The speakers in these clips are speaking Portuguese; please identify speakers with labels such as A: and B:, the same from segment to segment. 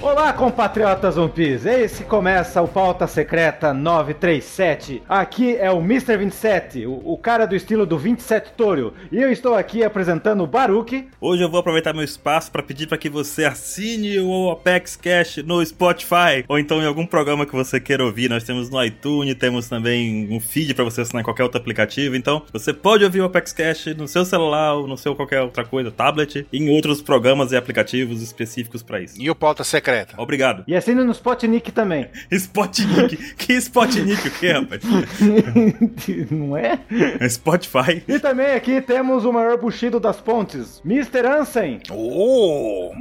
A: Olá, compatriotas One Piece! Esse começa o Pauta Secreta 937. Aqui é o Mr. 27, o, o cara do estilo do 27 Toro. E eu estou aqui apresentando o Baruque.
B: Hoje eu vou aproveitar meu espaço para pedir para que você assine o Apex Cash no Spotify ou então em algum programa que você queira ouvir. Nós temos no iTunes, temos também um feed para você assinar em qualquer outro aplicativo. Então você pode ouvir o Apex Cash no seu celular ou no seu qualquer outra coisa, tablet, e em outros programas e aplicativos específicos para isso.
C: E o pauta secreta?
B: Obrigado.
A: E assina no Spotnik também.
B: Spotnik? que Spotnik o que, rapaz?
A: Não é?
B: É Spotify?
A: E também aqui temos o maior buchido das pontes, Mr. Ansem.
C: Oh!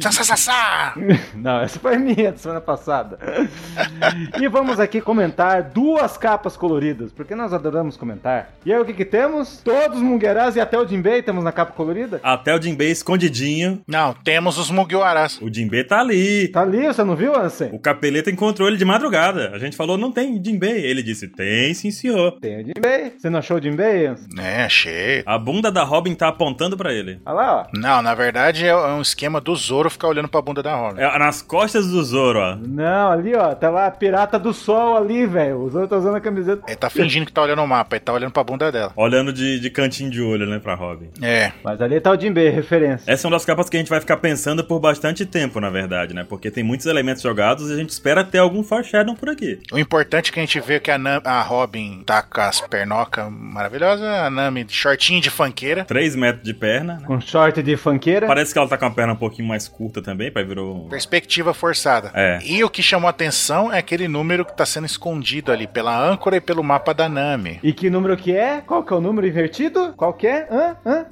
C: Sá, sá, sá, sá.
A: Não, essa foi minha da semana passada. e vamos aqui comentar duas capas coloridas, porque nós adoramos comentar. E aí o que que temos? Todos os Munguerás e até o Jinbei temos na capa colorida?
B: Até o Jinbei escondidinho.
C: Não, temos os Mugiwaras.
B: O Jinbei tá ali.
A: Tá ali, você não viu, Ansem?
B: O capeleta encontrou ele de madrugada. A gente falou, não tem Jinbei. Ele disse, tem sim, senhor.
A: Tem o Jinbei. Você não achou o Jinbei, Ansem?
C: É, achei.
B: A bunda da Robin tá apontando pra ele.
A: Olha lá, ó.
C: Não, na verdade é é um esquema do Zoro ficar olhando pra bunda da Robin.
B: É nas costas do Zoro, ó.
A: Não, ali, ó. Tá lá, Pirata do Sol ali, velho. Os outros tá usando a camiseta.
C: Ele tá fingindo que tá olhando o mapa, ele tá olhando pra bunda dela.
B: Olhando de, de cantinho de olho, né, pra Robin.
C: É.
A: Mas ali tá o Jinbei, referência.
B: Essa é uma das capas que a gente vai ficar pensando por bastante tempo, na verdade, né? Porque tem muitos elementos jogados e a gente espera ter algum foreshadow por aqui.
C: O importante é que a gente vê que a, Nam- a Robin tá com as pernocas maravilhosas, a Nami de shortinho de fanqueira.
B: 3 metros de perna, né?
A: Com short de funkeira.
B: Parece que ela tá com a perna um pouquinho mais curta também, pai, virou...
C: Perspectiva forçada.
B: É.
C: E o que chamou a atenção é aquele número que tá sendo escondido ali pela âncora e pelo mapa da Nami.
A: E que número que é? Qual que é o número invertido? Qual que é? Hã? Hã?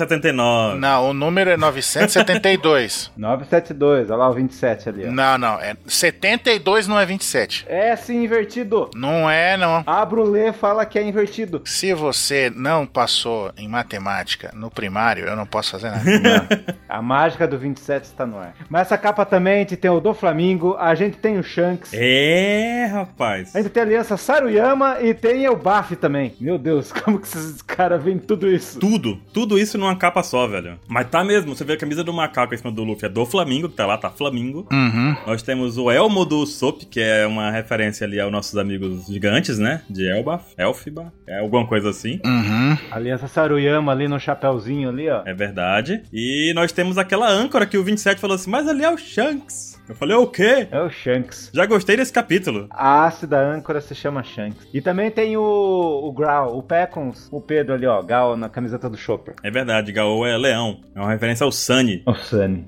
B: 279.
C: Não, o número é 972.
A: 972, olha lá o 27 ali, ó.
C: não, não, é 72 não é 27.
A: É sim, invertido.
C: Não é, não.
A: A Brulé fala que é invertido.
C: Se você não passou em matemática no primário, eu não posso fazer nada.
A: A mágica do 27 está no ar. Mas essa capa também, a gente tem o do Flamingo, a gente tem o Shanks.
B: É, rapaz.
A: A gente tem a aliança Saruyama e tem o Baf também. Meu Deus, como que esses caras veem tudo isso?
B: Tudo, tudo isso numa capa só, velho. Mas tá mesmo, você vê a camisa do macaco em cima do Luffy, é do Flamingo, que tá lá, tá Flamingo.
C: Uhum.
B: Nós temos o Elmo do Sop, que é uma referência ali aos nossos amigos gigantes, né? De Elba, Elfiba, é alguma coisa assim.
C: Uhum.
A: A aliança Saruyama ali no chapéuzinho ali, ó.
B: É verdade. E nós temos aquela âncora que o 27 falou assim, mas ali é o Shanks. Eu falei, o quê?
A: É o Shanks.
B: Já gostei desse capítulo.
A: A haste da âncora se chama Shanks. E também tem o, o Grau, o Pecons, o Pedro ali, ó, Gal na camiseta do Chopper.
B: É verdade, Gaô é leão. É uma referência ao Sunny.
A: O Sunny.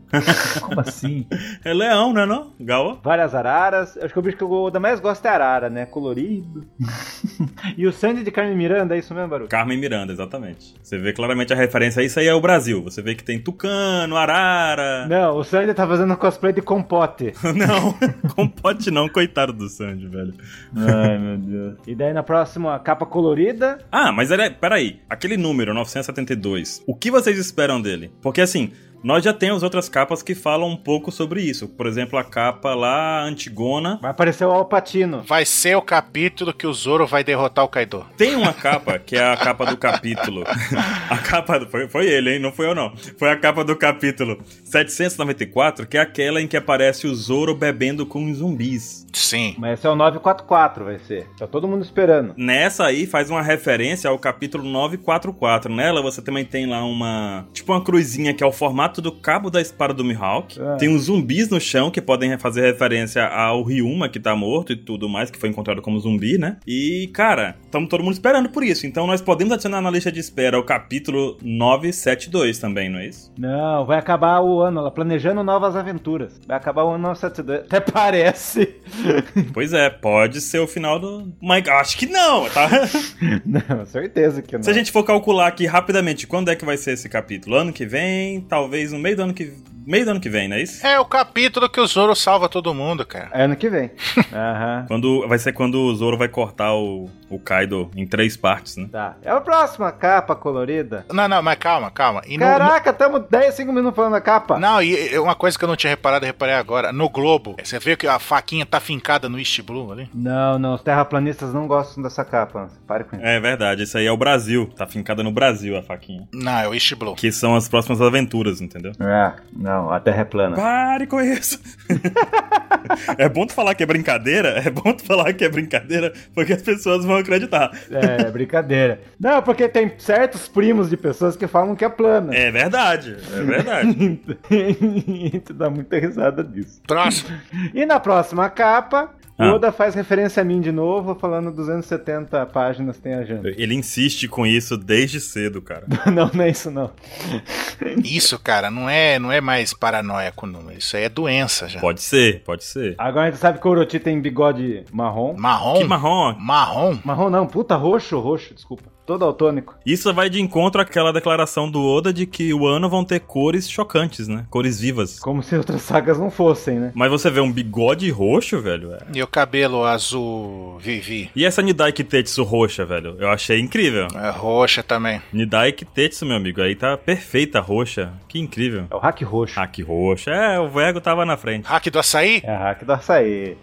A: Como assim?
B: É leão, não é não? Gaô?
A: Várias araras. Acho que o bicho que o Oda mais gosta é arara, né? Colorido. e o Sandy de Carmen Miranda, é isso mesmo, Baru?
B: Carmen Miranda, exatamente. Você vê claramente a referência. Isso aí é o Brasil. Você vê que tem tucano, arara...
A: Não, o Sandy tá fazendo cosplay de compote.
B: Não, compote não, coitado do Sandy, velho.
A: Ai, meu Deus. E daí na próxima, capa colorida.
B: Ah, mas ele, peraí, aquele número, 972, o que vocês esperam dele? Porque assim, nós já temos outras capas que falam um pouco sobre isso. Por exemplo, a capa lá, Antigona.
A: Vai aparecer o Alpatino.
C: Vai ser o capítulo que o Zoro vai derrotar o Kaido.
B: Tem uma capa que é a capa do capítulo. A capa. do- Foi, foi ele, hein? Não foi eu, não. Foi a capa do capítulo 794, que é aquela em que aparece o Zoro bebendo com os zumbis.
C: Sim.
A: Mas esse é o 944, vai ser. Tá todo mundo esperando.
B: Nessa aí faz uma referência ao capítulo 944. Nela né, você também tem lá uma. Tipo uma cruzinha que é o formato do cabo da espada do Mihawk.
A: É.
B: Tem uns zumbis no chão que podem fazer referência ao Ryuma que tá morto e tudo mais, que foi encontrado como zumbi, né? E, cara, estamos todo mundo esperando por isso. Então nós podemos adicionar na lista de espera o capítulo 972 também, não é isso?
A: Não, vai acabar o ano, ela planejando novas aventuras. Vai acabar o ano 972. Até parece.
B: pois é, pode ser o final do. Mas acho que não, tá?
A: não, certeza que não.
B: Se a gente for calcular aqui rapidamente quando é que vai ser esse capítulo, ano que vem, talvez no meio do ano que meio do ano que vem, não é isso?
C: É o capítulo que o Zoro salva todo mundo, cara.
A: É ano que vem. Aham.
B: Quando vai ser quando o Zoro vai cortar o, o Kaido em três partes, né?
A: Tá. É a próxima capa colorida.
C: Não, não, mas calma, calma. E no-
A: Caraca, tamo 10, 5 minutos falando da capa.
C: no- não, e e uma coisa que eu não tinha reparado, eu reparei agora. No Globo, você vê que a faquinha tá fincada no East Blue ali?
A: Não, não, os terraplanistas não gostam dessa capa. Anson. Pare com isso.
B: É verdade, isso aí é o Brasil, tá fincada no Brasil a faquinha.
C: Não, é o East Blue.
B: Que são as próximas aventuras, entendeu?
A: É, não, Não, a Terra é plana.
B: Pare com isso. é bom tu falar que é brincadeira, é bom tu falar que é brincadeira, porque as pessoas vão acreditar.
A: É, brincadeira. Não, porque tem certos primos de pessoas que falam que é plana.
B: É verdade, é verdade.
A: tu Então, dá muita risada disso.
C: Próximo.
A: E na próxima capa,
B: Ah.
A: o Oda faz referência a mim de novo, falando 270 páginas tem a janta.
B: Ele insiste com isso desde cedo, cara.
A: Não, não é isso não.
C: Isso, cara, não é, não é mais paranoia com número. Isso aí é doença já.
B: Pode ser, pode ser.
A: Agora a gente sabe que o Orochi tem bigode marrom.
C: Marrom?
B: Que marrom.
C: Marrom?
A: Marrom não, puta, roxo, roxo, desculpa. Todo autônico.
B: Isso vai de encontro àquela declaração do Oda de que o ano vão ter cores chocantes, né? Cores vivas.
A: Como se outras sagas não fossem, né?
B: Mas você vê um bigode roxo, velho. é.
C: E o cabelo azul Vivi?
B: E essa Nidai Kitetsu roxa, velho? Eu achei incrível.
C: É roxa também.
B: Nidai Kitetsu, meu amigo, aí tá perfeita a roxa. Que incrível.
A: É o hack roxo.
B: Hack roxa. É, o Vego tava na frente.
C: Hack do açaí?
A: É o hack do açaí.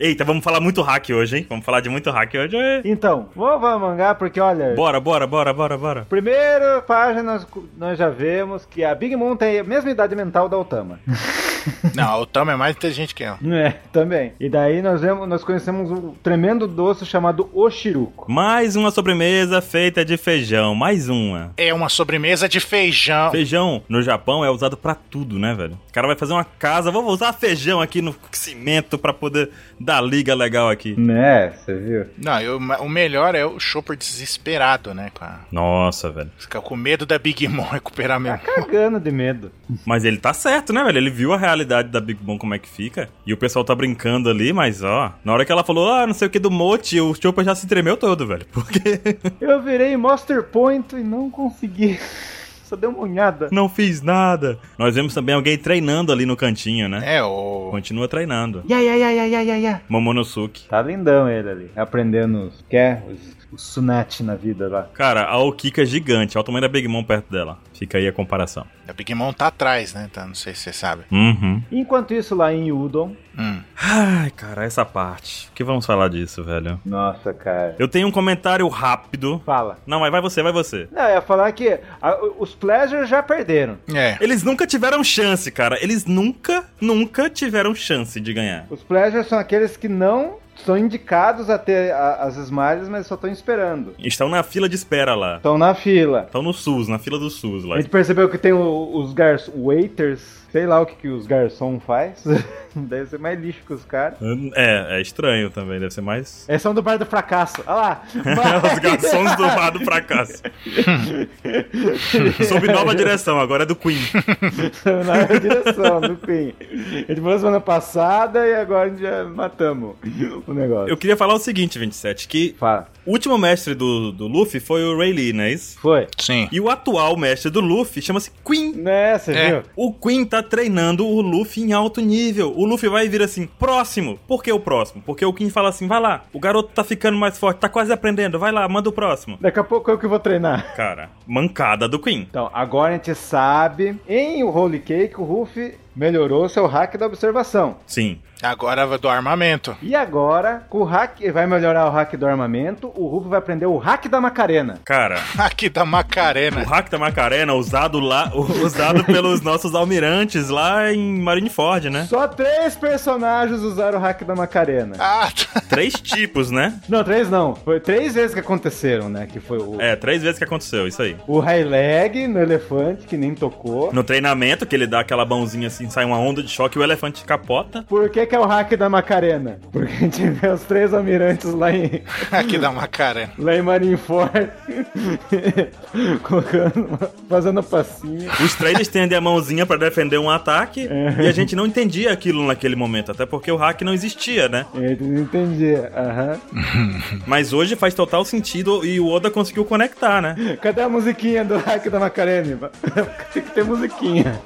B: Eita, vamos falar muito hack hoje, hein? Vamos falar de muito hack hoje. é.
A: Então, vamos ao mangá porque olha.
B: Bora, bora, bora, bora, bora.
A: Primeira página nós, nós já vemos que a Big Moon tem a mesma idade mental da Otama.
C: Não, o Tama é mais inteligente que ela.
A: É, também. E daí nós, vemos, nós conhecemos um tremendo doce chamado Oshiruko.
B: Mais uma sobremesa feita de feijão. Mais uma.
C: É uma sobremesa de feijão.
B: Feijão no Japão é usado pra tudo, né, velho? O cara vai fazer uma casa, vou usar feijão aqui no cimento pra poder dar liga legal aqui.
A: Né, você viu?
C: Não, eu- o melhor é o Chopper desesperado, né, cara?
B: Nossa, velho.
C: Fica com medo da Big Mom recuperar meu.
A: Tá Cagando de medo.
B: Mas ele tá certo, né, velho? Ele viu a realidade da Big Mom como é que fica. E o pessoal tá brincando ali, mas ó. Na hora que ela falou, ah, não sei o que do Mote, o Chopper já se tremeu todo, velho. Porque
A: Eu virei Monster Point e não consegui. Só deu uma unhada.
B: não fiz nada. Nós vemos também alguém treinando ali no cantinho, né?
C: É, o.
B: Continua treinando.
A: Ya, ya, ya, ya, ya, ya, ya.
B: Momonosuke.
A: Tá lindão ele ali, aprendendo os que é, os, os sunat na vida lá.
B: Cara, a Okika é gigante. Olha o tamanho da Big Mom perto dela. Fica aí a comparação.
C: A Big Mom tá atrás, né? Então, não sei se você sabe.
B: Uhum.
A: Enquanto isso, lá em Udon.
C: Hum.
B: Ai, cara, essa parte. O que vamos falar disso, velho?
A: Nossa, cara.
B: Eu tenho um comentário rápido.
A: Fala.
B: Não, mas vai você, vai você.
A: Não, eu ia falar que a- os Pleasures já perderam.
C: É.
B: Eles nunca tiveram chance, cara. Eles nunca, nunca tiveram chance de ganhar.
A: Os Pleasures são aqueles que não são indicados a ter a- as Smiles, mas só estão esperando.
B: Estão na fila de espera lá.
A: Estão na fila.
B: Estão no SUS, na fila do SUS lá.
A: A gente percebeu que tem o- os garçons, waiters, sei lá o que, que os garçons faz. Deve ser mais lixo que os caras.
B: É, é estranho também, deve ser mais.
A: É, são do bar do fracasso. Olha lá.
B: Os garçons do mar do fracasso. Sob nova direção, agora é do Queen.
A: Na direção do Queen. A gente falou semana passada e agora a gente já matamos o negócio.
B: Eu queria falar o seguinte, 27, que
A: Fala.
B: o último mestre do, do Luffy foi o Ray Lee, não é isso?
A: Foi.
C: Sim.
B: E o atual mestre do Luffy chama-se Queen.
A: Né, você
C: É.
A: viu?
B: O Queen tá treinando o Luffy em alto nível. O Luffy vai vir assim, próximo. Por que o próximo? Porque o Queen fala assim, vai lá, o garoto tá ficando mais forte, tá quase aprendendo, vai lá, manda o próximo.
A: Daqui a pouco eu que vou treinar.
B: Cara, mancada do Queen.
A: Então, agora a gente sabe, em o Holy Cake, o Ruffy melhorou seu hack da observação.
B: Sim.
C: Agora vai do armamento.
A: E agora, com o hack, ele vai melhorar o hack do armamento, o Ruffy vai aprender o hack da Macarena.
B: Cara,
C: Aqui da
B: o
C: Macarena.
B: hack da Macarena usado lá, usado pelos nossos almirantes lá em Marineford, né?
A: Só três personagens usaram o hack da Macarena.
C: Ah, tá.
B: Três tipos, né?
A: Não, três não. Foi três vezes que aconteceram, né? Que foi o,
B: É, três vezes que aconteceu, isso aí.
A: o high leg no elefante, que nem tocou.
B: No treinamento, que ele dá aquela mãozinha assim, sai uma onda de choque, o elefante capota.
A: Por que, que é o hack da Macarena? Porque a gente vê os três almirantes lá em,
C: Aqui da Macarena.
A: lá em Marineford colocando, fazendo passinho.
B: Os três estendem a mãozinha pra defender um ataque e a gente não entendia aquilo naquele momento, até porque o hack não existia, né?
A: Eu não É, entendi. Aham.
B: Mas hoje faz total sentido e o Oda conseguiu conectar, né?
A: Cadê a musiquinha do hack da Macarena? Tem que ter musiquinha.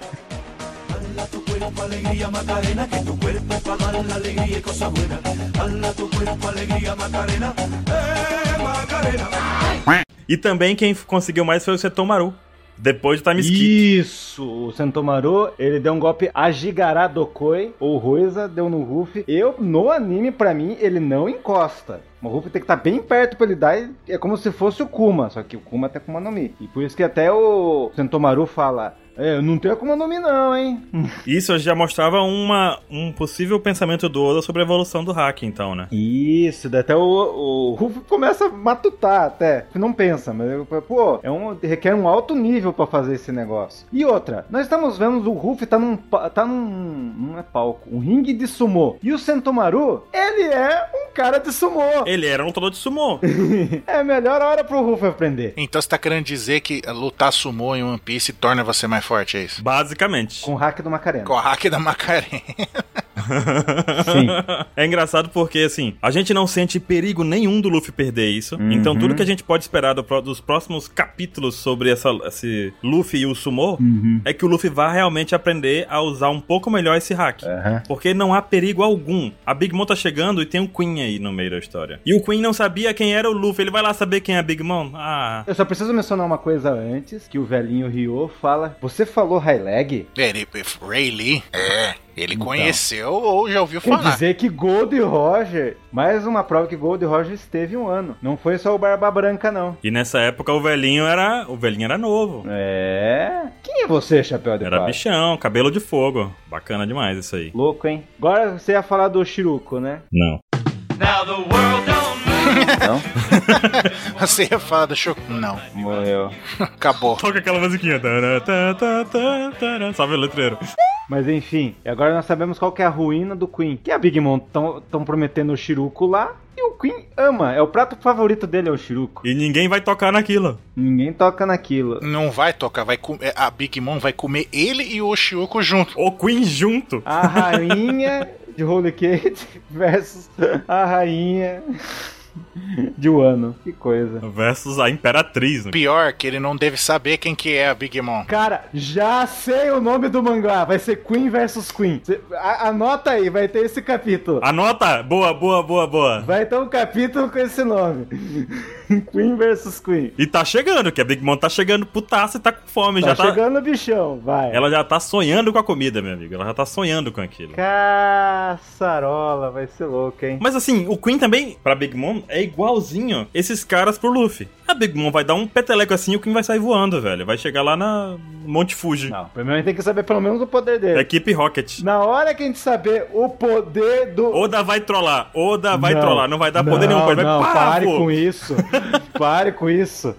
B: E também quem conseguiu mais foi o Setomaru, depois do time skip.
A: Isso! O Sentomaru, ele deu um golpe a Jigara Dokoi, ou Roisa, deu no Ruff. Eu, no anime, pra mim, ele não encosta. O Ruff tem que estar bem perto pra ele dar, e tá é como se fosse o Kuma, só que o Kuma até Kuma no Mi. E por isso que até o Sentomaru fala... É, eu não tenho como nome não, hein?
B: Isso já mostrava uma, um possível pensamento do Oda sobre a evolução do hack, então, né?
A: Isso, daí até o, o Rufo começa a matutar até. Não pensa, mas eu, pô, é um, requer um alto nível pra fazer esse negócio. E outra, nós estamos vendo o Rufo tá num. pa- tá num. não é palco, um ringue de sumô. E o Sentomaru, ele é um cara de sumô.
B: Ele era um lutador de sumô.
A: É a melhor hora pro Rufo aprender.
C: Então você tá querendo dizer que lutar sumô em One Piece torna você mais forte, é isso?
B: Basicamente.
A: Com o hack do Macarena.
C: Com o hack da Macarena.
A: Sim.
B: É engraçado porque, assim, a gente não sente perigo nenhum do Luffy perder isso.
A: Uhum.
B: Então, tudo que a gente pode esperar do pró- dos próximos capítulos sobre essa, esse Luffy e o Sumo
A: Uhum.
B: é que o Luffy vá realmente aprender a usar um pouco melhor esse hack.
A: Aham.
B: Porque não há perigo algum. A Big Mom tá chegando e tem um Queen aí no meio da história. E o Queen não sabia quem era o Luffy. Ele vai lá saber quem é a Big Mom? Ah.
A: Eu só preciso mencionar uma coisa antes, que o velhinho Ryo fala, você falou high leg?
C: Ele, Ray Lee, é, ele
A: Então.
C: conheceu ou já ouviu
A: Quer
C: falar.
A: dizer que Gold Roger, mais uma prova que Gold Roger esteve um ano. Não foi só o Barba Branca, não.
B: E nessa época o velhinho era. O velhinho era novo.
A: É... Quem é você, Chapéu de
B: Era
A: Palha?
B: bichão, cabelo de fogo. Bacana demais isso aí.
A: Louco, hein? Agora você ia falar do Chiruco, né?
B: Não.
D: Now the world don't
A: Não?
C: Você ia falar do Choco? Não,
A: Morreu.
C: acabou.
B: Toca aquela musiquinha. Tará, tá, tá, tá, tará. Sabe o letreiro.
A: Mas enfim, e agora nós sabemos qual que é a ruína do Queen. Que a Big Mom estão prometendo o Chiruco lá. E o Queen ama. É o prato favorito dele, é o Chiruco.
B: E ninguém vai tocar naquilo.
A: Ninguém toca naquilo.
C: Não vai tocar, vai com- é, a Big Mom vai comer ele e o Oshioco junto.
B: O Queen junto.
A: A rainha de Holy Cake versus a rainha de Wano. Que coisa.
B: Versus a Imperatriz. né?
C: Pior que ele não deve saber quem que é a Big Mom.
A: Cara, já sei o nome do mangá. Vai ser Queen versus Queen. Cê- a- anota aí, vai ter esse capítulo.
B: Anota! Boa, boa, boa, boa.
A: Vai ter um capítulo com esse nome. Queen versus Queen.
B: E tá chegando, que a Big Mom tá chegando putaça e tá com fome.
A: Tá
B: já tá,
A: chegando o bichão, vai.
B: Ela já tá sonhando com a comida, meu amigo. Ela já tá sonhando com aquilo.
A: Caçarola, vai ser louco, hein?
B: Mas assim, o Queen também, pra Big Mom, é igualzinho esses caras pro Luffy. A Big Mom vai dar um peteleco assim e o Queen vai sair voando, velho. Vai chegar lá na Monte Fuji.
A: Não, primeiro a gente tem que saber pelo menos o poder dele.
B: Equipe Rocket.
A: Na hora que a gente saber o poder do.
B: Oda vai trollar. Oda vai trollar. Não vai dar poder nenhum. Ele
A: Não,
B: vai
A: pare
B: pô.
A: com isso. pare com isso.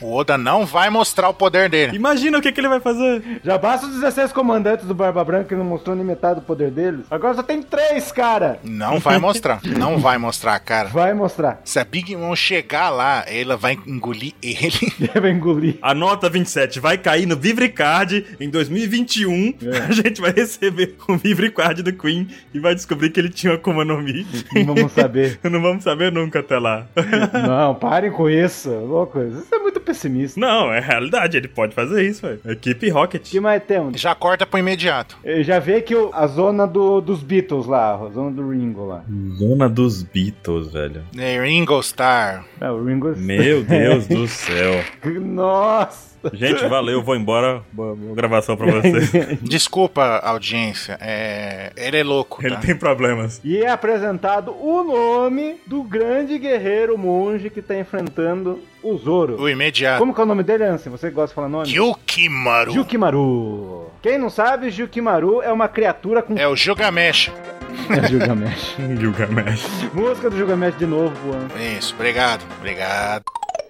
C: O Oda não vai mostrar o poder dele.
B: Imagina o que, que ele vai fazer.
A: Já basta os 16 comandantes do Barba Branca que não mostrou nem metade do poder deles. Agora só tem três, cara.
C: Não vai mostrar. Não vai mostrar, cara.
A: Vai mostrar.
C: Se a Big Mom chegar lá, ela vai engolir ele.
A: Vai engolir.
B: A nota 27 vai cair no Vivricard em 2021.
A: É.
B: A gente vai receber o Vivricard do Queen e vai descobrir que ele tinha uma Akuma no Mi.
A: Não Vamos saber.
B: Não vamos saber nunca até lá.
A: Não, parem com isso. Louco, isso é muito pessimista.
B: Não, é realidade, ele pode fazer isso, velho. Equipe
A: O
B: Rocket.
A: que mais temos?
C: Já corta pro imediato.
A: Eu já vê que o- a zona do, dos Beatles lá, a zona do Ringo lá.
B: Zona dos Beatles, velho.
C: É, Ringo Starr.
A: É, o Ringo.
B: Meu Deus do céu.
A: Nossa!
B: Gente, valeu, vou embora. Boa, boa gravação pra vocês.
A: Tá.
C: Desculpa, audiência. É, ele é louco,
B: Ele
C: tá?
B: tem problemas.
A: E é apresentado o nome do grande guerreiro monge que tá enfrentando o Zoro.
C: O imediato.
A: Como que é o nome dele, Ansem? Você que gosta de falar nome?
C: Yukimaru.
A: Jukimaru. Quem não sabe, Jukimaru é uma criatura com
C: É o Gilgamesh.
B: É.
A: Gilgamesh.
B: Gilgamesh.
A: Música do Gilgamesh de novo, voando.
C: Isso, obrigado, obrigado.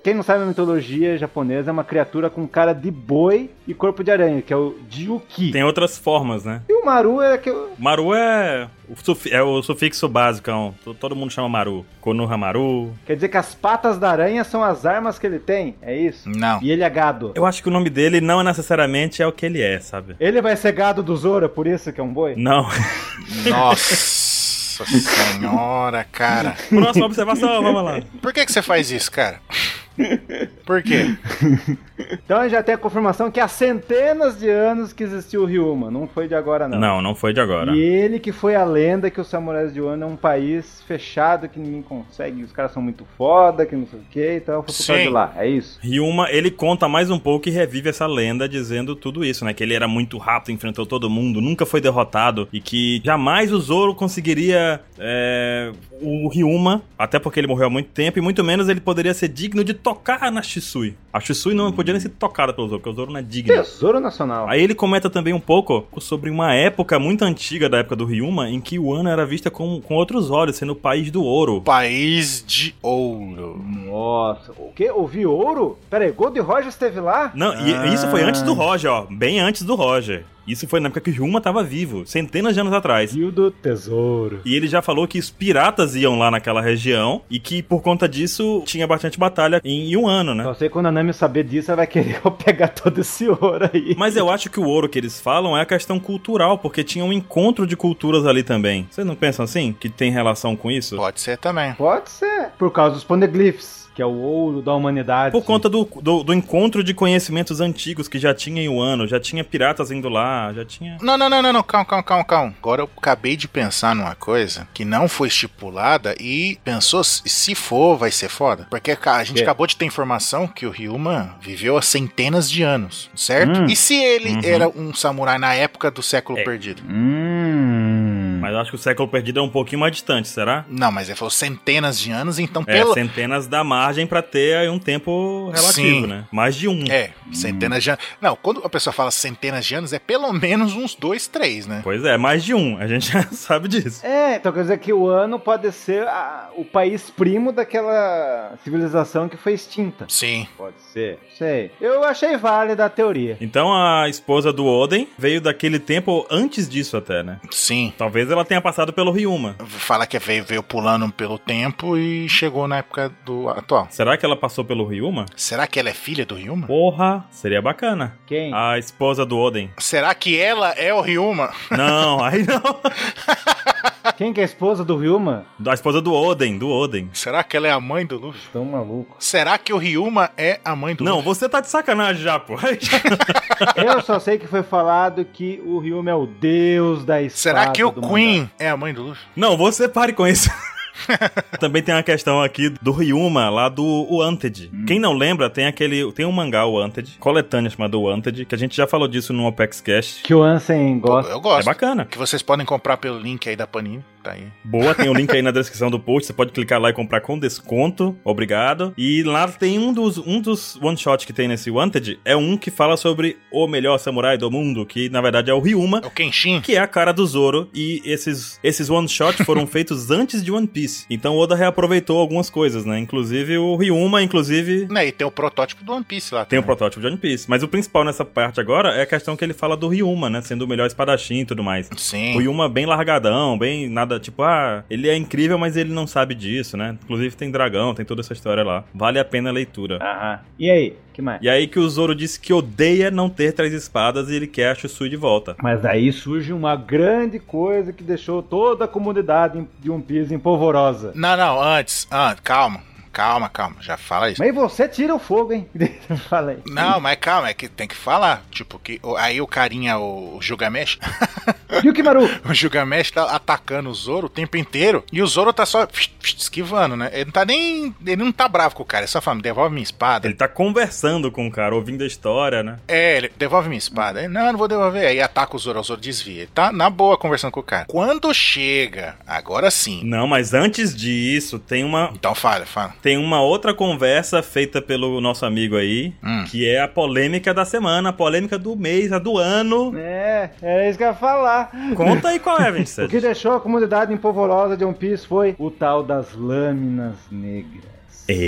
A: Quem não sabe a mitologia japonesa é uma criatura com cara de boi e corpo de aranha, que é o Juki.
B: Tem outras formas, né?
A: E o Maru é que eu-
B: Maru é o, sufi- é o sufixo básico. é um- to- Todo mundo chama Maru. Konoha Maru.
A: quer dizer que as patas da aranha são as armas que ele tem, é isso?
C: Não.
A: E ele é gado.
B: Eu acho que o nome dele não é necessariamente é o que ele é, sabe?
A: Ele vai ser gado do Zoro, é por isso que é um boi?
B: Não.
C: Nossa senhora, cara.
B: Próxima observação, vamos lá.
C: Por que, que você faz isso, cara? Por quê?
A: Então a gente já tem a confirmação que há centenas de anos que existiu o Ryuma, não foi de agora não.
B: Não, não foi de agora.
A: E ele que foi a lenda que os samurais de Wano é um país fechado que ninguém consegue, os caras são muito foda, que não sei o que, então foi por causa
C: Sim.
A: de lá, é isso?
B: Ryuma, ele conta mais um pouco e revive essa lenda dizendo tudo isso, né? Que ele era muito rápido, enfrentou todo mundo, nunca foi derrotado e que jamais o Zoro conseguiria é, o Ryuma, até porque ele morreu há muito tempo, e muito menos ele poderia ser digno de tocar na Shisui. A Shisui não podia nem ser tocada pelo Zoro, porque o Zoro não é digno.
A: Tesouro Nacional.
B: Aí ele comenta também um pouco sobre uma época muito antiga da época do Ryuma, em que o Ano era vista com, com outros olhos, sendo o país do ouro.
C: País de Ouro.
A: Nossa, o quê? Ouvi ouro? Pera aí, Gold Roger esteve lá?
B: Não, e
C: Ah.
B: e isso foi antes do Roger, ó. Bem antes do Roger. Isso foi na época que o Ryuma tava vivo, centenas de anos atrás.
A: Rio do Tesouro.
B: E ele já falou que os piratas iam lá naquela região e que por conta disso tinha bastante batalha em um ano, né?
A: Só sei que quando a Nami saber disso, ela vai querer eu pegar todo esse ouro aí.
B: Mas eu acho que o ouro que eles falam é a questão cultural, porque tinha um encontro de culturas ali também. Vocês não pensam assim? Que tem relação com isso?
C: Pode ser também.
A: Pode ser. Por causa dos poneglyphs, que é o ouro da humanidade.
B: Por conta do, do, do encontro de conhecimentos antigos que já tinha em Wano, já tinha piratas indo lá, já tinha.
C: Não, não, não, não, não, calma, calma, calma, calma. Agora eu acabei de pensar numa coisa que não foi estipulada e pensou se se for vai ser foda. Porque ca- a
B: É.
C: gente
A: Quê?
C: acabou de ter informação que o Ryuma viveu há centenas de anos, certo?
A: Hum.
C: E se ele
B: Uhum.
C: era um samurai na época do século
B: É.
C: perdido?
A: Hum.
B: Mas eu acho que o século perdido é um pouquinho mais distante, será?
C: Não, mas ele falou centenas de anos, então
B: É,
C: pelo.
B: centenas da margem pra ter aí um tempo relativo,
C: Sim.
B: né? Mais de um.
C: É, centenas de anos. Não, quando a pessoa fala centenas de anos, é pelo menos uns dois, três, né?
B: Pois é, mais de um. A gente já sabe disso.
A: É, então quer dizer que o ano pode ser a- o país primo daquela civilização que foi extinta.
C: Sim.
A: Pode ser. Sei. Eu achei válida a teoria.
B: Então a esposa do Oden veio daquele tempo antes disso até, né?
C: Sim.
B: Talvez ela tenha passado pelo Ryuma.
C: Fala que veio, veio pulando pelo tempo e chegou na época do atual.
B: Será que ela passou pelo Ryuma?
C: Será que ela é filha do Ryuma?
B: Porra, seria bacana.
A: Quem?
C: Ah.
B: A esposa do Oden.
C: Será que ela é o Ryuma?
B: Não, aí não.
A: Quem que é a esposa do Ryuma?
B: A esposa do Oden, do Oden.
C: Será que ela é a mãe do Luffy?
A: Tão maluco.
C: Será que o Ryuma é a mãe do
B: Não,
C: Luffy?
B: você tá de sacanagem já, pô.
A: Eu só sei que foi falado que o Ryuma é o deus da espada.
C: Será que o
A: do mangá.
C: Queen é a mãe do Luffy?
B: Não, você pare com isso. Também tem uma questão aqui do Ryuma, lá do Wanted. Quem não lembra, tem aquele. Tem um mangá, o Wanted, coletânea chamada Wanted, que a gente já falou disso no Opex Cast.
A: Que o Ansem gosta.
C: Eu
B: É
C: gosto.
B: bacana.
C: que vocês podem comprar pelo link aí da Panini. Tá aí.
B: Boa, tem o link aí na descrição do post. Você pode clicar lá e comprar com desconto. Obrigado. E lá tem um dos, um dos one-shots que tem nesse Wanted. É um que fala sobre o melhor samurai do mundo, que na verdade é o Ryuma.
C: É o Kenshin?
B: que é a cara do Zoro, e esses, esses one-shots foram feitos antes de One Piece. Então o Oda reaproveitou algumas coisas, né? Inclusive o Ryuma, inclusive...
C: Né, e tem o protótipo do One Piece lá.
B: Tem o
C: também.
B: protótipo de One Piece. Mas o principal nessa parte agora é a questão que ele fala do Ryuma, né? Sendo o melhor espadachim e tudo mais. O
C: Sim.
B: Ryuma bem largadão, bem nada tipo, ah, ele é incrível, mas ele não sabe disso, né? Inclusive tem dragão, tem toda essa história lá. Vale a pena a leitura.
A: Aham. E aí? Que mais?
B: E aí que o Zoro disse que odeia não ter três espadas e ele quer a Shisui de volta.
A: Mas aí surge uma grande coisa que deixou toda a comunidade em- de um One Piece em polvorosa.
C: Não, não, antes. Ah, calma, calma, calma. Já fala isso.
A: Mas você tira o fogo, hein? Fala aí.
C: Não, mas calma, é que tem que falar. Tipo, que o- aí o carinha, o, o Gilgamesh,
A: Yukimaru,
C: o Gilgamesh tá atacando o Zoro o tempo inteiro. E o Zoro tá só esquivando, né? Ele não tá nem. Ele não tá bravo com o cara. Ele só fala, "Me devolve minha espada.
B: Ele tá conversando com o cara, ouvindo a história, né?
C: É, ele devolve minha espada. Ele, não, não vou devolver. Aí ataca o Zoro, o Zoro desvia. Ele tá na boa conversando com o cara. Quando chega, agora sim.
B: Não, mas antes disso, tem uma,
C: Então fala, fala.
B: tem uma outra conversa feita pelo nosso amigo aí,
C: Hum.
B: que é a polêmica da semana, a polêmica do mês, a do ano.
A: É, era isso que eu ia falar.
B: Conta aí qual é, 27.
A: O que deixou a comunidade empolvorosa de One Piece foi o tal das lâminas negras.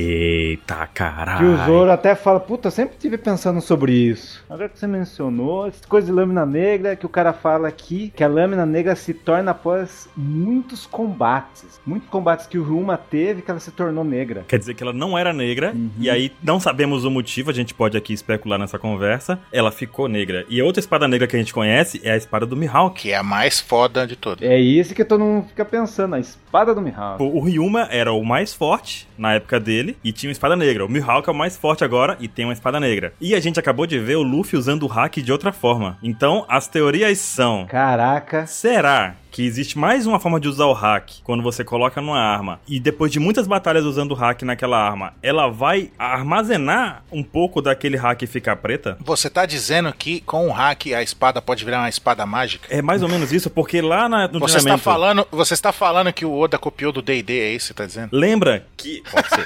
B: Eita,
A: Que o
B: caralho.
A: Zoro até fala, puta, eu sempre tive pensando sobre isso. Agora que você mencionou, essa coisa de lâmina negra, que o cara fala aqui, que a lâmina negra se torna após muitos combates. Muitos combates que o Ryuma teve que ela se tornou negra.
B: Quer dizer que ela não era negra,
A: Uhum.
B: e aí não sabemos o motivo, a gente pode aqui especular nessa conversa. Ela ficou negra. E outra espada negra que a gente conhece é a espada do Mihawk.
C: Que é a mais foda de todas.
A: É
B: É.
A: isso que todo mundo fica pensando, a espada do Mihawk.
B: O o Ryuma era o mais forte na época dele e tinha uma espada negra. O Mihawk é o mais forte agora e tem uma espada negra. E a gente acabou de ver o Luffy usando o hack de outra forma. Então, as teorias são:
A: Caraca.
B: será que existe mais uma forma de usar o hack quando você coloca numa arma e depois de muitas batalhas usando o hack naquela arma, ela vai armazenar um pouco daquele hack e ficar preta?
C: Você tá dizendo que com o hack a espada pode virar uma espada mágica?
B: É mais ou menos isso, porque lá na, no
C: Você está,
B: treinamento-
C: falando, você está falando que o Oda copiou do D&D, é isso que você tá dizendo?
B: Lembra que. Pode ser.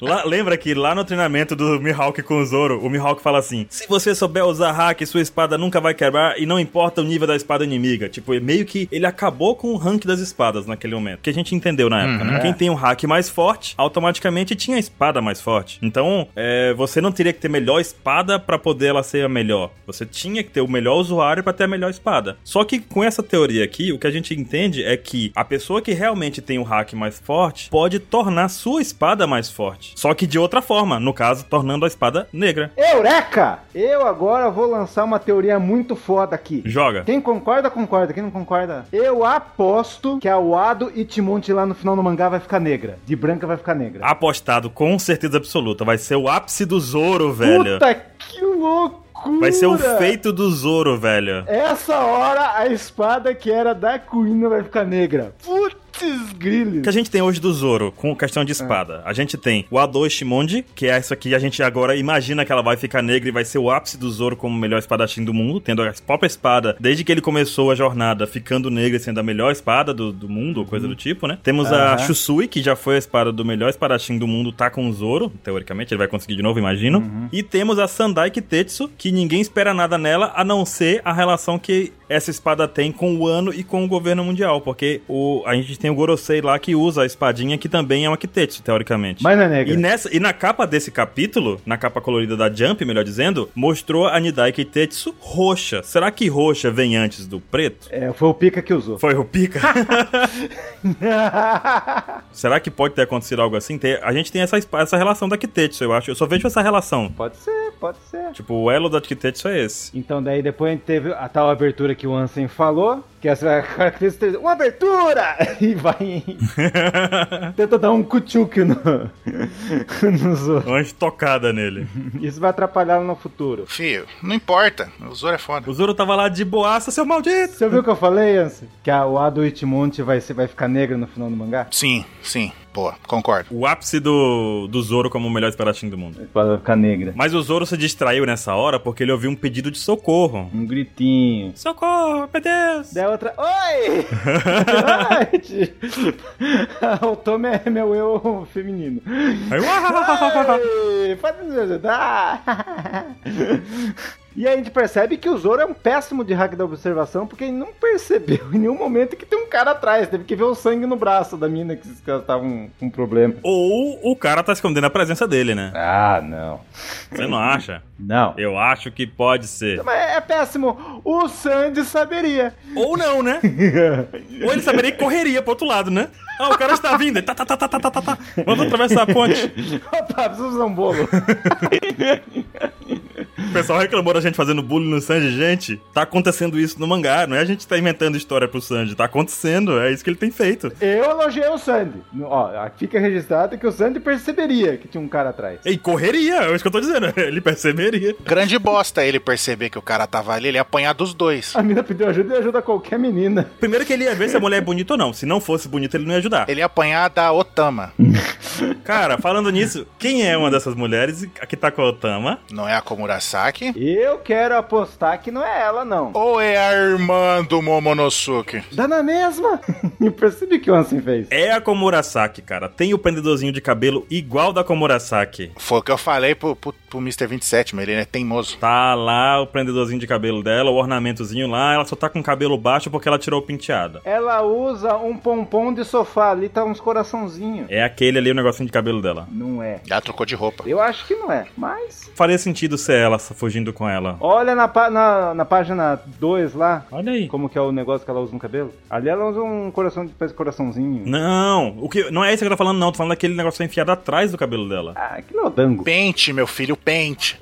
B: Lá- lembra que lá no treinamento do Mihawk com o Zoro, o Mihawk fala assim: se você souber usar hack, sua espada nunca vai quebrar e não importa o nível da espada inimiga. Tipo, é meio que ele acabou com o rank das espadas naquele momento. Que a gente entendeu na época, né? Quem tem um hack mais forte, automaticamente tinha a espada mais forte. Então, é, você não teria que ter melhor espada pra poder ela ser a melhor. Você tinha que ter o melhor usuário pra ter a melhor espada. Só que com essa teoria aqui, o que a gente entende é que a pessoa que realmente tem o hack mais forte pode tornar sua espada mais forte. Só que de outra forma, no caso, tornando a espada negra.
A: Eureka! Eu agora vou lançar uma teoria muito foda aqui.
B: Joga.
A: Quem concorda, concorda. Quem não concorda, eu aposto que a Wado e Timonte lá no final do mangá vai ficar negra. De branca vai ficar
B: Ah,
A: negra.
B: Apostado com certeza absoluta. Vai ser o ápice do Zoro, velho.
A: Puta que loucura!
B: Vai ser o feito do Zoro, velho.
A: Essa hora a espada que era da Kuina vai ficar negra. Putz,
B: O que a
A: grilhos.
B: gente tem hoje do Zoro, com questão de espada? A gente tem o A2 Shimonji, que é isso aqui, a gente agora imagina que ela vai ficar negra e vai ser o ápice do Zoro como o melhor espadachim do mundo, tendo a própria espada, desde que ele começou a jornada, ficando negra e sendo a melhor espada do, do mundo, ou coisa do tipo, né? Temos a
A: Aham.
B: Shusui, que já foi a espada do melhor espadachim do mundo, tá com o Zoro, teoricamente, ele vai conseguir de novo, imagino.
A: Uhum.
B: E temos a Sandai Kitetsu, que ninguém espera nada nela, a não ser a relação que essa espada tem com o ano e com o governo mundial, porque o, a gente tem o Gorosei lá que usa a espadinha, que também é uma Kitetsu, teoricamente.
A: Mas não é negra.
B: E, nessa, e na capa desse capítulo, na capa colorida da Jump, melhor dizendo, mostrou a Nidai Kitetsu roxa. Será que roxa vem antes do preto?
A: É, foi o Pika que usou.
B: Foi o Pika? Será que pode ter acontecido algo assim? Tem- a gente tem essa, espa- essa relação da Kitetsu, eu acho. Eu só vejo essa relação.
A: pode ser, pode ser.
B: Tipo, o elo da Kitetsu é esse.
A: Então daí depois a gente teve a tal abertura que o Ansem falou, que essa é a característica uma abertura! E vai tenta dar um cuchuque no, no Zoro.
B: Uma estocada nele.
A: Isso vai atrapalhar no futuro.
C: Fio, não importa, o Zoro é foda.
B: O Zoro tava lá de boaça, seu maldito!
A: Você ouviu o que eu falei, Ansem? Que a, o Ado Itmonte vai, ser- vai ficar negra no final do mangá?
C: Sim, sim, boa, concordo.
B: O ápice do, do Zoro como o melhor espadachim do mundo.
A: Vai ficar negra.
B: Mas o Zoro se distraiu nessa hora porque ele ouviu um pedido de socorro.
A: Um gritinho.
B: Socorro, meu Deus!
A: Daí a outra. Oi! Oi! tio. o Tommy é meu eu feminino.
B: Aí, uau!
A: Oi, Pode nos ajudar? E aí a gente percebe que o Zoro é um péssimo de hack da observação, porque ele não percebeu em nenhum momento que tem um cara atrás. Teve que ver o sangue no braço da mina que ela tava com um problema.
B: Ou o cara tá escondendo a presença dele, né?
A: Ah, não.
B: Você não acha?
A: Não.
B: Eu acho que pode ser.
A: Mas é péssimo. O Sandy saberia.
B: Ou não, né? Ou ele saberia que correria pro outro lado, né? Ah, o cara está vindo. Tá, tá, tá, tá, tá, tá, tá, tá. Vamos atravessar a ponte.
A: Opa, preciso usar um bolo.
B: O pessoal reclamou da gente fazendo bullying no Sanji. Gente, tá acontecendo isso no mangá. Não é a gente tá inventando história pro Sanji. Tá acontecendo. É isso que ele tem feito.
A: Eu elogiei o Sandy. Ó, fica registrado que o Sandy perceberia que tinha um cara atrás.
B: E correria. É isso que eu tô dizendo. Ele perceberia.
C: Grande bosta ele perceber que o cara tava ali, ele ia apanhar dos dois.
A: A mina pediu ajuda e ajuda qualquer menina.
B: Primeiro que ele ia ver se a mulher é bonita ou não. Se não fosse bonita, ele não ia ajudar.
C: Ele ia apanhar da Otama.
B: Cara, falando nisso, quem é uma dessas mulheres que tá com a Otama?
C: Não é a Komurasaki?
A: Eu quero apostar que não é ela, não.
C: Ou é a irmã do Momonosuke?
A: Dá na mesma. Eu percebi que o Ansem fez.
B: É a Komurasaki, cara. Tem o prendedorzinho de cabelo igual da Komurasaki.
C: Foi o que eu falei pro, pro, pro Mr. 27, mas ele é teimoso.
B: Tá lá o prendedorzinho de cabelo dela, o ornamentozinho lá. Ela só tá com o cabelo baixo porque ela tirou o penteado.
A: Ela usa um pompom de sofá. Ali tá uns coraçãozinhos.
B: É aquele ali o negocinho de cabelo dela.
A: Não é.
C: Já trocou de roupa.
A: Eu acho que não é. Mas
B: Faria sentido ser ela passa fugindo com ela.
A: Olha na, pá- na, na página 2 lá,
B: Olha aí.
A: como que é o negócio que ela usa no cabelo. Ali ela usa um coração, faz
B: Hum.
A: coraçãozinho.
B: Não, o que, não é isso que eu tô falando, não. Tô falando daquele negócio que é enfiado atrás do cabelo dela.
A: Ah, que lodango.
C: Pente, meu filho, pente.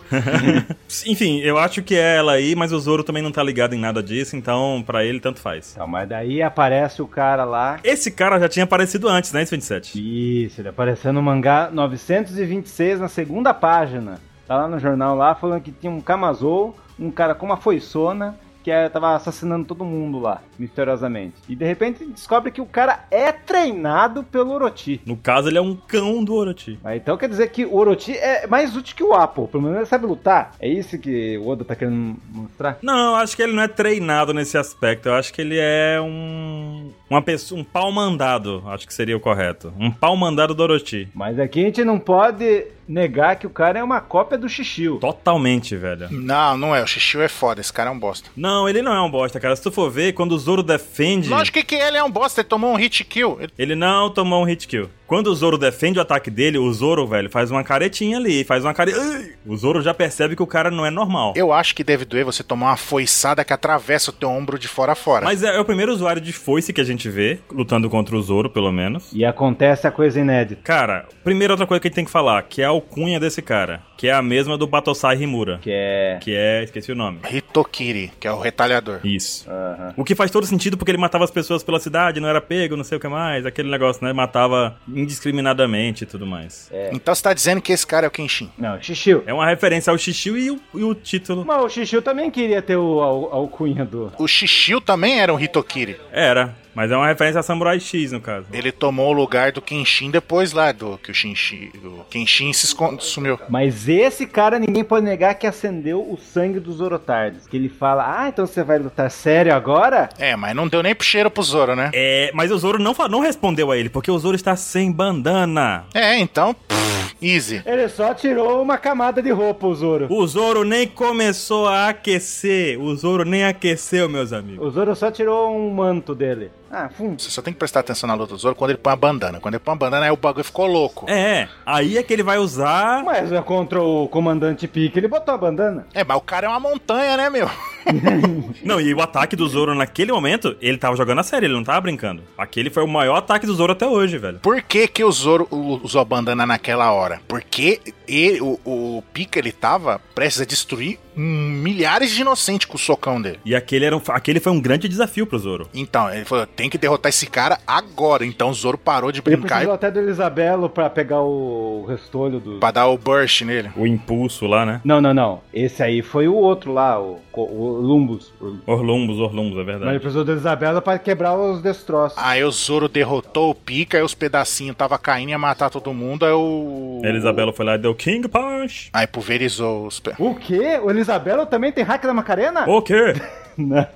B: Enfim, eu acho que é ela aí, mas o Zoro também não tá ligado em nada disso, então pra ele tanto faz.
A: Tá, mas daí aparece o cara lá.
B: Esse cara já tinha aparecido antes, né, esse 27?
A: Isso, ele apareceu no mangá 926, na segunda página. Tá lá no jornal lá, falando que tinha um Kamazou, um cara com uma foiçona, que eh, tava assassinando todo mundo lá, misteriosamente. E de repente descobre que o cara é treinado pelo Orochi.
B: No caso, ele é um cão do Orochi.
A: Ah, Então quer dizer que o Orochi é mais útil que o Apo, pelo menos ele sabe lutar. É isso que o Oda tá querendo mostrar?
B: Não, eu acho que ele não é treinado nesse aspecto. Eu acho que ele é um. Uma pessoa. Um pau mandado, acho que seria o correto. Um pau mandado do Orochi.
A: Mas aqui a gente não pode negar que o cara é uma cópia do Shishio.
B: Totalmente, velho.
C: Não, não é. O Xixiu é foda. Esse cara é um bosta.
B: Não, ele não é um bosta, cara. Se tu for ver, quando o Zoro defende.
C: Lógico que ele é um bosta. Ele tomou um hit kill. Ele-
B: Ele não tomou um hit kill. Quando o Zoro defende o ataque dele, o Zoro, velho, faz uma caretinha ali, faz uma care... Ai! O Zoro já percebe que o cara não é normal.
C: Eu acho que deve doer você tomar uma foiçada que atravessa o teu ombro de fora a fora.
B: Mas é, é o primeiro usuário de foice que a gente vê, lutando contra o Zoro, pelo menos.
A: E acontece a coisa inédita.
B: Cara, primeira outra coisa que a gente tem que falar, que é a alcunha desse cara, que é a mesma do Batosai Himura,
A: Que é.
B: que é... esqueci o nome.
C: Hitokiri, que é o retalhador.
B: Isso.
A: Aham.
B: O que faz todo sentido porque ele matava as pessoas pela cidade, não era pego, não sei o que mais, aquele negócio, né? Matava indiscriminadamente e tudo mais. É,
C: Então você tá dizendo que esse cara é o Kenshin.
A: Não, Shishio.
B: uma referência ao Shishio e o, e o título.
A: Mas o Shishio também queria ter o al- alcunha do.
C: O Xixiu também era um Hitokiri.
B: Era, mas é uma referência a Samurai X, no caso.
C: Ele tomou o lugar do Kenshin depois lá do que o, Shinshi, o Kenshin se escon- sumiu.
A: Mas esse cara ninguém pode negar que acendeu o sangue dos Orotardes. Que ele fala, ah, então você vai lutar sério agora?
C: É, mas não deu nem pro cheiro pro Zoro, né?
B: É, mas o Zoro não, fa- não respondeu a ele, porque o Zoro está sem bandana.
C: É, então, pff, easy.
A: Ele só tirou uma camada de roupa, o Zoro.
B: O Zoro nem começou a aquecer. O Zoro nem aqueceu, meus amigos.
A: O Zoro só tirou um manto dele. Ah, fundo.
C: Você só tem que prestar atenção na luta do Zoro quando ele põe a bandana. Quando ele põe a bandana, aí o bagulho ficou louco.
B: É, aí é que ele vai usar.
A: Mas é contra o comandante Pique, ele botou a bandana.
C: É, mas o cara é uma montanha, né, meu?
B: Não, e o ataque do Zoro naquele momento, ele tava jogando a sério, ele não tava brincando. Aquele foi o maior ataque do Zoro até hoje, velho.
C: Por que, que o Zoro u- usou a bandana naquela hora? Porque ele, o, o Pika, ele tava prestes a destruir hum, milhares de inocentes com o socão dele.
B: E aquele, era um, aquele foi um grande desafio pro Zoro.
C: Então, ele falou, tem que derrotar esse cara agora. Então o Zoro parou de
A: Ele
C: brincar
A: precisou
C: e
A: até do Elisabelo pra pegar o restolho do.
C: pra dar o burst nele.
B: O impulso lá, né?
A: Não, não, não. Esse aí foi o outro lá, o, co- o Lumbus. O-
B: Orlumbos, Orlumbos, é
A: Mas ele
B: verdade.
A: precisou do Elisabela pra quebrar os destroços.
C: Aí o Zoro derrotou o Pika, aí os pedacinhos tava caindo, ia matar todo mundo, aí o...
B: Elisabela foi lá e deu King Punch.
C: Aí pulverizou os... pe-
A: O quê? O Elisabelo também tem hack da Macarena?
B: O quê?
A: Não.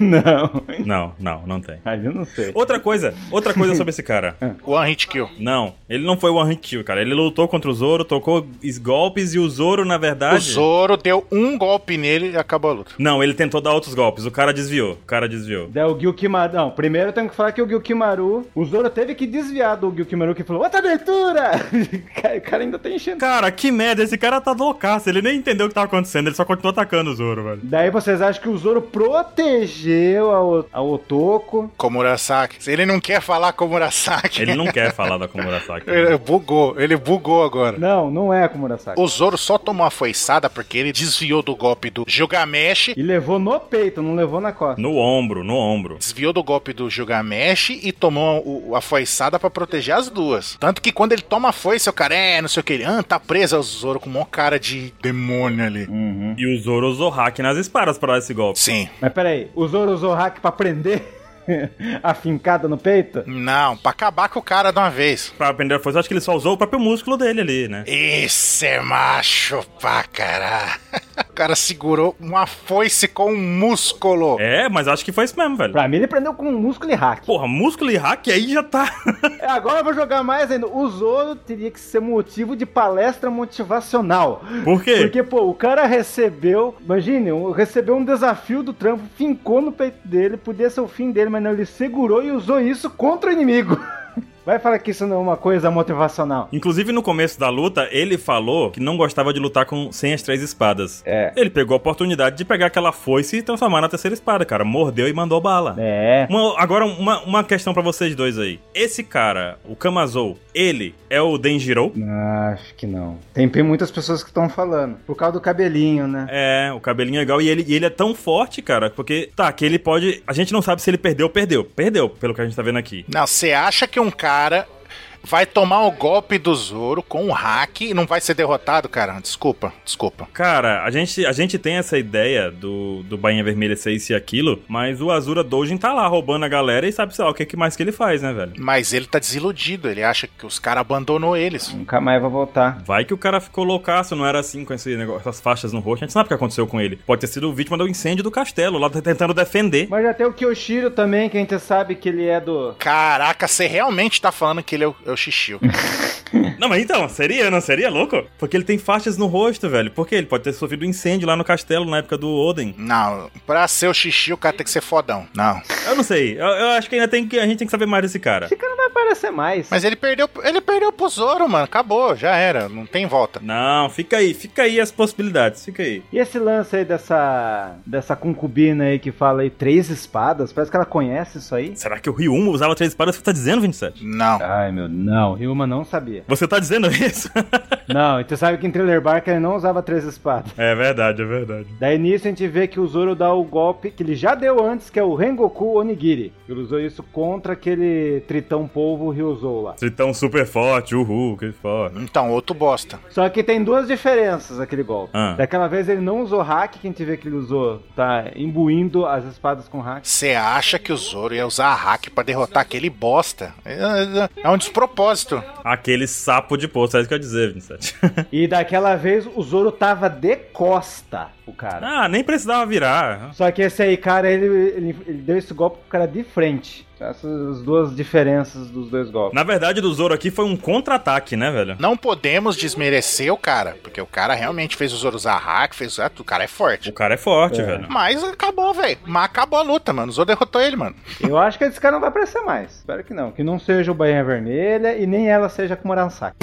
A: Não.
B: Não, não, não tem.
A: Aí eu não sei.
B: Outra coisa, outra coisa sobre esse cara.
C: One Hit Kill.
B: Não, ele não foi One Hit Kill, cara. Ele lutou contra o Zoro, tocou es- golpes e o Zoro, na verdade.
C: O Zoro deu um golpe nele e acabou a luta.
B: Não, ele tentou dar outros golpes. O cara desviou. O cara desviou.
A: Daí é o Gyukimaru. Não, primeiro eu tenho que falar que o Gyukimaru. O Zoro teve que desviar do Gyukimaru que falou: Outra abertura! o cara ainda tá enchendo.
B: Cara, que merda, esse cara tá loucaço. Ele nem entendeu o que tava acontecendo, ele só continuou atacando o Zoro, velho.
A: Daí vocês acham que o Zoro protegeu a, O- a Otoko.
C: Komurasaki. Se ele não quer falar Komurasaki...
B: Ele não quer falar da Komurasaki. né?
C: Ele bugou, ele bugou agora.
A: Não, não é a Kumurasaki.
C: O Zoro só tomou a foiçada porque ele desviou do golpe do Gilgamesh,
A: E levou no peito, não levou na costa.
B: No ombro, no ombro.
C: desviou do golpe do Gilgamesh e tomou o- a foiçada pra proteger as duas. Tanto que quando ele toma a foice, o cara é, não sei o que, ele, ah, tá preso, é o Zoro com uma cara de demônio ali.
A: Hum.
B: E o Zoro usou hack nas espadas pra dar esse golpe.
C: Sim.
A: Mas peraí, o Zoro usou hack pra prender a fincada no peito?
C: Não, pra acabar com o cara de uma vez.
B: Pra aprender a força, acho que ele só usou o próprio músculo dele ali, né?
C: Isso é macho pra caralho. O cara segurou uma foice com um músculo.
B: É, mas acho que foi isso mesmo, velho.
A: Pra mim, ele prendeu com um músculo e hack.
B: Porra, músculo e hack aí já tá.
A: É, Agora eu vou jogar mais ainda. O Zoro teria que ser motivo de palestra motivacional.
B: Por quê?
A: Porque, pô, o cara recebeu. Imagine, um- recebeu um desafio do trampo, fincou no peito dele, podia ser o fim dele, mas não, ele segurou e usou isso contra o inimigo. Vai falar que isso não é uma coisa motivacional.
B: Inclusive, no começo da luta, ele falou que não gostava de lutar com sem as três espadas.
A: É.
B: Ele pegou a oportunidade de pegar aquela foice e transformar na terceira espada, cara. Mordeu e mandou bala.
A: É.
B: Uma- agora, uma, uma questão pra vocês dois aí. Esse cara, o Kamazou, ele é o Denjiro?
A: Acho que não. Tem tem muitas pessoas que estão falando. Por causa do cabelinho, né?
B: É, o cabelinho é igual e ele, e ele é tão forte, cara, porque tá, que ele pode. A gente não sabe se ele perdeu ou perdeu. Perdeu, pelo que a gente tá vendo aqui.
C: Não, você acha que um cara vai tomar o golpe do Zoro com um hack e não vai ser derrotado, cara? Desculpa, desculpa.
B: Cara, a gente, a gente tem essa ideia do, do Bainha Vermelha ser isso e aquilo, mas o Azura Dojin tá lá roubando a galera e sabe, sei lá, o que, que mais que ele faz, né, velho?
C: Mas ele tá desiludido, ele acha que os caras abandonou eles.
A: Nunca mais vai voltar.
B: Vai que o cara ficou loucaço, não era assim com esse negócio, essas faixas no rosto. A gente sabe o que aconteceu com ele. Pode ter sido vítima do incêndio do castelo, lá tá tentando defender.
A: Mas já tem o Kyoshiro também, que a gente sabe que ele é do.
C: Caraca, você realmente tá falando que ele é o, é o Shishio.
B: Não, mas então, seria, não seria louco? Porque ele tem faixas no rosto, velho. Por quê? Ele pode ter sofrido um incêndio lá no castelo na época do Oden.
C: não, pra ser o Shishio, o cara tem que ser fodão. Não.
B: Eu não sei. Eu, eu acho que ainda tem que. A gente tem que saber mais desse cara.
A: Esse cara não vai aparecer mais.
C: Mas ele perdeu, ele perdeu pro Zoro, mano. Acabou, já era. Não tem volta.
B: Não, fica aí, fica aí as possibilidades, fica aí.
A: E esse lance aí dessa. dessa concubina aí que fala aí três espadas? Parece que ela conhece isso aí.
B: Será que o Ryuma usava três espadas? Você tá dizendo, 27?
C: Não.
A: Ai meu, não, Ryuma não sabia.
B: Você tá dizendo isso?
A: Não, e tu sabe que em Thriller Bark ele não usava três espadas.
B: é verdade, é verdade.
A: Daí nisso a gente vê que o Zoro dá o golpe que ele já deu antes, que é o Rengoku Onigiri. Ele usou isso contra aquele tritão polvo Ryuzou lá.
B: Tritão super forte, uhul, que forte.
C: Então, outro bosta.
A: Só que tem duas diferenças aquele golpe.
B: Ah.
A: Daquela vez ele não usou hack, que a gente vê que ele usou, tá imbuindo as espadas com hack.
C: Você acha que o Zoro ia usar hack pra derrotar aquele bosta? É- É um despropósito.
B: Aquele sapo de poço, é isso que eu ia dizer, 27.
A: E daquela vez o Zoro tava de costa, o cara.
B: ah, nem precisava virar.
A: Só que esse aí, cara, ele, ele- ele deu esse golpe pro cara de frente. Essas as duas diferenças dos dois golpes.
B: Na verdade, do Zoro aqui foi um contra-ataque, né, velho?
C: Não podemos desmerecer o cara, porque o cara realmente fez o Zoro usar hack, fez usar tudo. O cara é
B: O
C: forte.
B: cara é forte, velho.
C: Mas acabou, velho. Mas acabou a luta, mano. O Zoro derrotou ele, mano.
A: Eu acho que esse cara não vai aparecer mais. Espero que não. Que não seja o Bainha Vermelha e nem ela seja com Muransaki.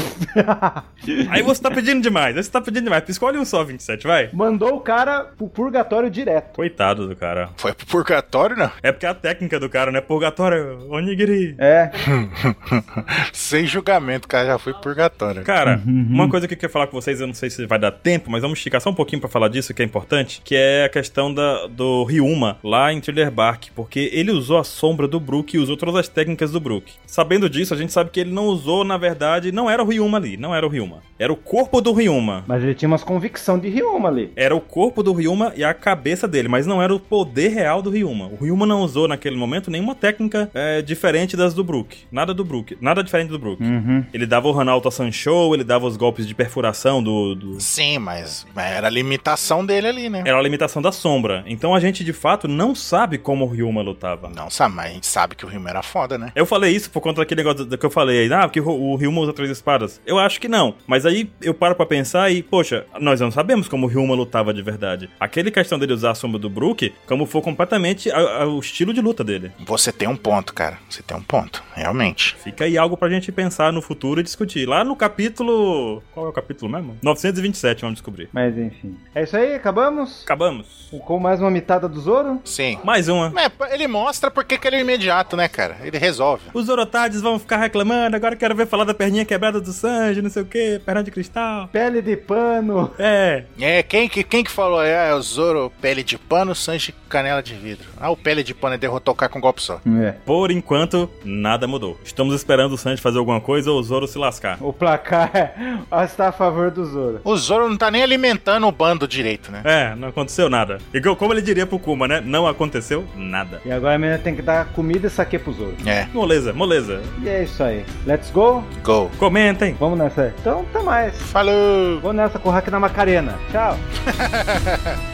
B: Aí você tá pedindo demais, aí você tá pedindo demais. Escolhe um só, 27, vai.
A: Mandou o cara pro purgatório direto.
B: Coitado do cara.
C: Foi pro purgatório, não?
B: É porque a técnica do cara, né? Purgatório, onigiri.
A: É.
C: Sem julgamento, o cara já foi pro purgatório.
B: Cara, uma coisa que eu queria falar com vocês, eu não sei se vai dar tempo, mas vamos esticar só um pouquinho pra falar disso, que é importante, que é a questão da, do Ryuma lá em Thriller Bark, porque ele usou a sombra do Brook e usou todas as técnicas do Brook. Sabendo disso, a gente sabe que ele não usou, na verdade, não era o Ryuma ali, não era o Ryuma. Era o corpo do Ryuma.
A: Mas ele tinha umas convicção de Ryuma ali.
B: Era o corpo do Ryuma e a cabeça dele, mas não era o poder real do Ryuma. O Ryuma não usou naquele momento nenhuma técnica eh, diferente das do Brook. Nada do Brook. Nada diferente do Brook.
A: Uhum.
B: Ele dava o Ranalto Sancho, ele dava os golpes de perfuração do- do,
C: Sim, mas era a limitação dele ali, né?
B: era a limitação da sombra. Então a gente de fato não sabe como o Ryuma lutava.
C: Não, sabe, mas a gente sabe que o Rimo era foda, né?
B: Eu falei isso por conta daquele negócio do- que eu falei aí, ah, que o- o Ryuma usa três espadas. Eu acho que não. Mas aí eu paro pra pensar e, poxa, nós não sabemos como o Ryuma lutava de verdade. Aquele questão dele usar a sombra do Brook, como for completamente a- a- o estilo de luta dele.
C: Você tem um ponto, cara. Você tem um ponto, realmente.
B: Fica aí algo pra gente pensar no futuro e discutir. Lá no capítulo. Qual é o capítulo mesmo? 927, vamos descobrir.
A: Mas enfim. É isso aí, acabamos?
B: Acabamos.
A: Com mais uma mitada do Zoro?
C: Sim.
B: Mais uma.
C: É, ele mostra porque que ele é imediato, né, cara? Ele resolve.
B: Os Orotardes vão ficar reclamando, agora quero ver falar da perninha quebrada do Sanji, não sei o que, perna de cristal.
A: Pele de pano.
B: É,
C: É, quem que, quem que falou? É, é o Zoro, pele de pano, Sanji, canela de vidro. Ah, o pele de pano é derrotou o cara com um golpe só.
A: É.
B: por enquanto, nada mudou. Estamos esperando o Sanji fazer alguma coisa ou o Zoro se lascar.
A: O placar é- está a favor do Zoro.
C: O Zoro não tá nem alimentando o bando direito, né?
B: É, não aconteceu nada. E co- como ele diria pro Kuma, né? Não aconteceu nada.
A: E agora a menina tem que dar comida e saque pro Zoro.
C: É,
B: Moleza, moleza.
A: E é isso aí. Let's go?
C: go.
B: Comentem.
A: Vamos nessa. Então, até mais.
C: Falou!
A: Vou nessa com o hack na Macarena. Tchau.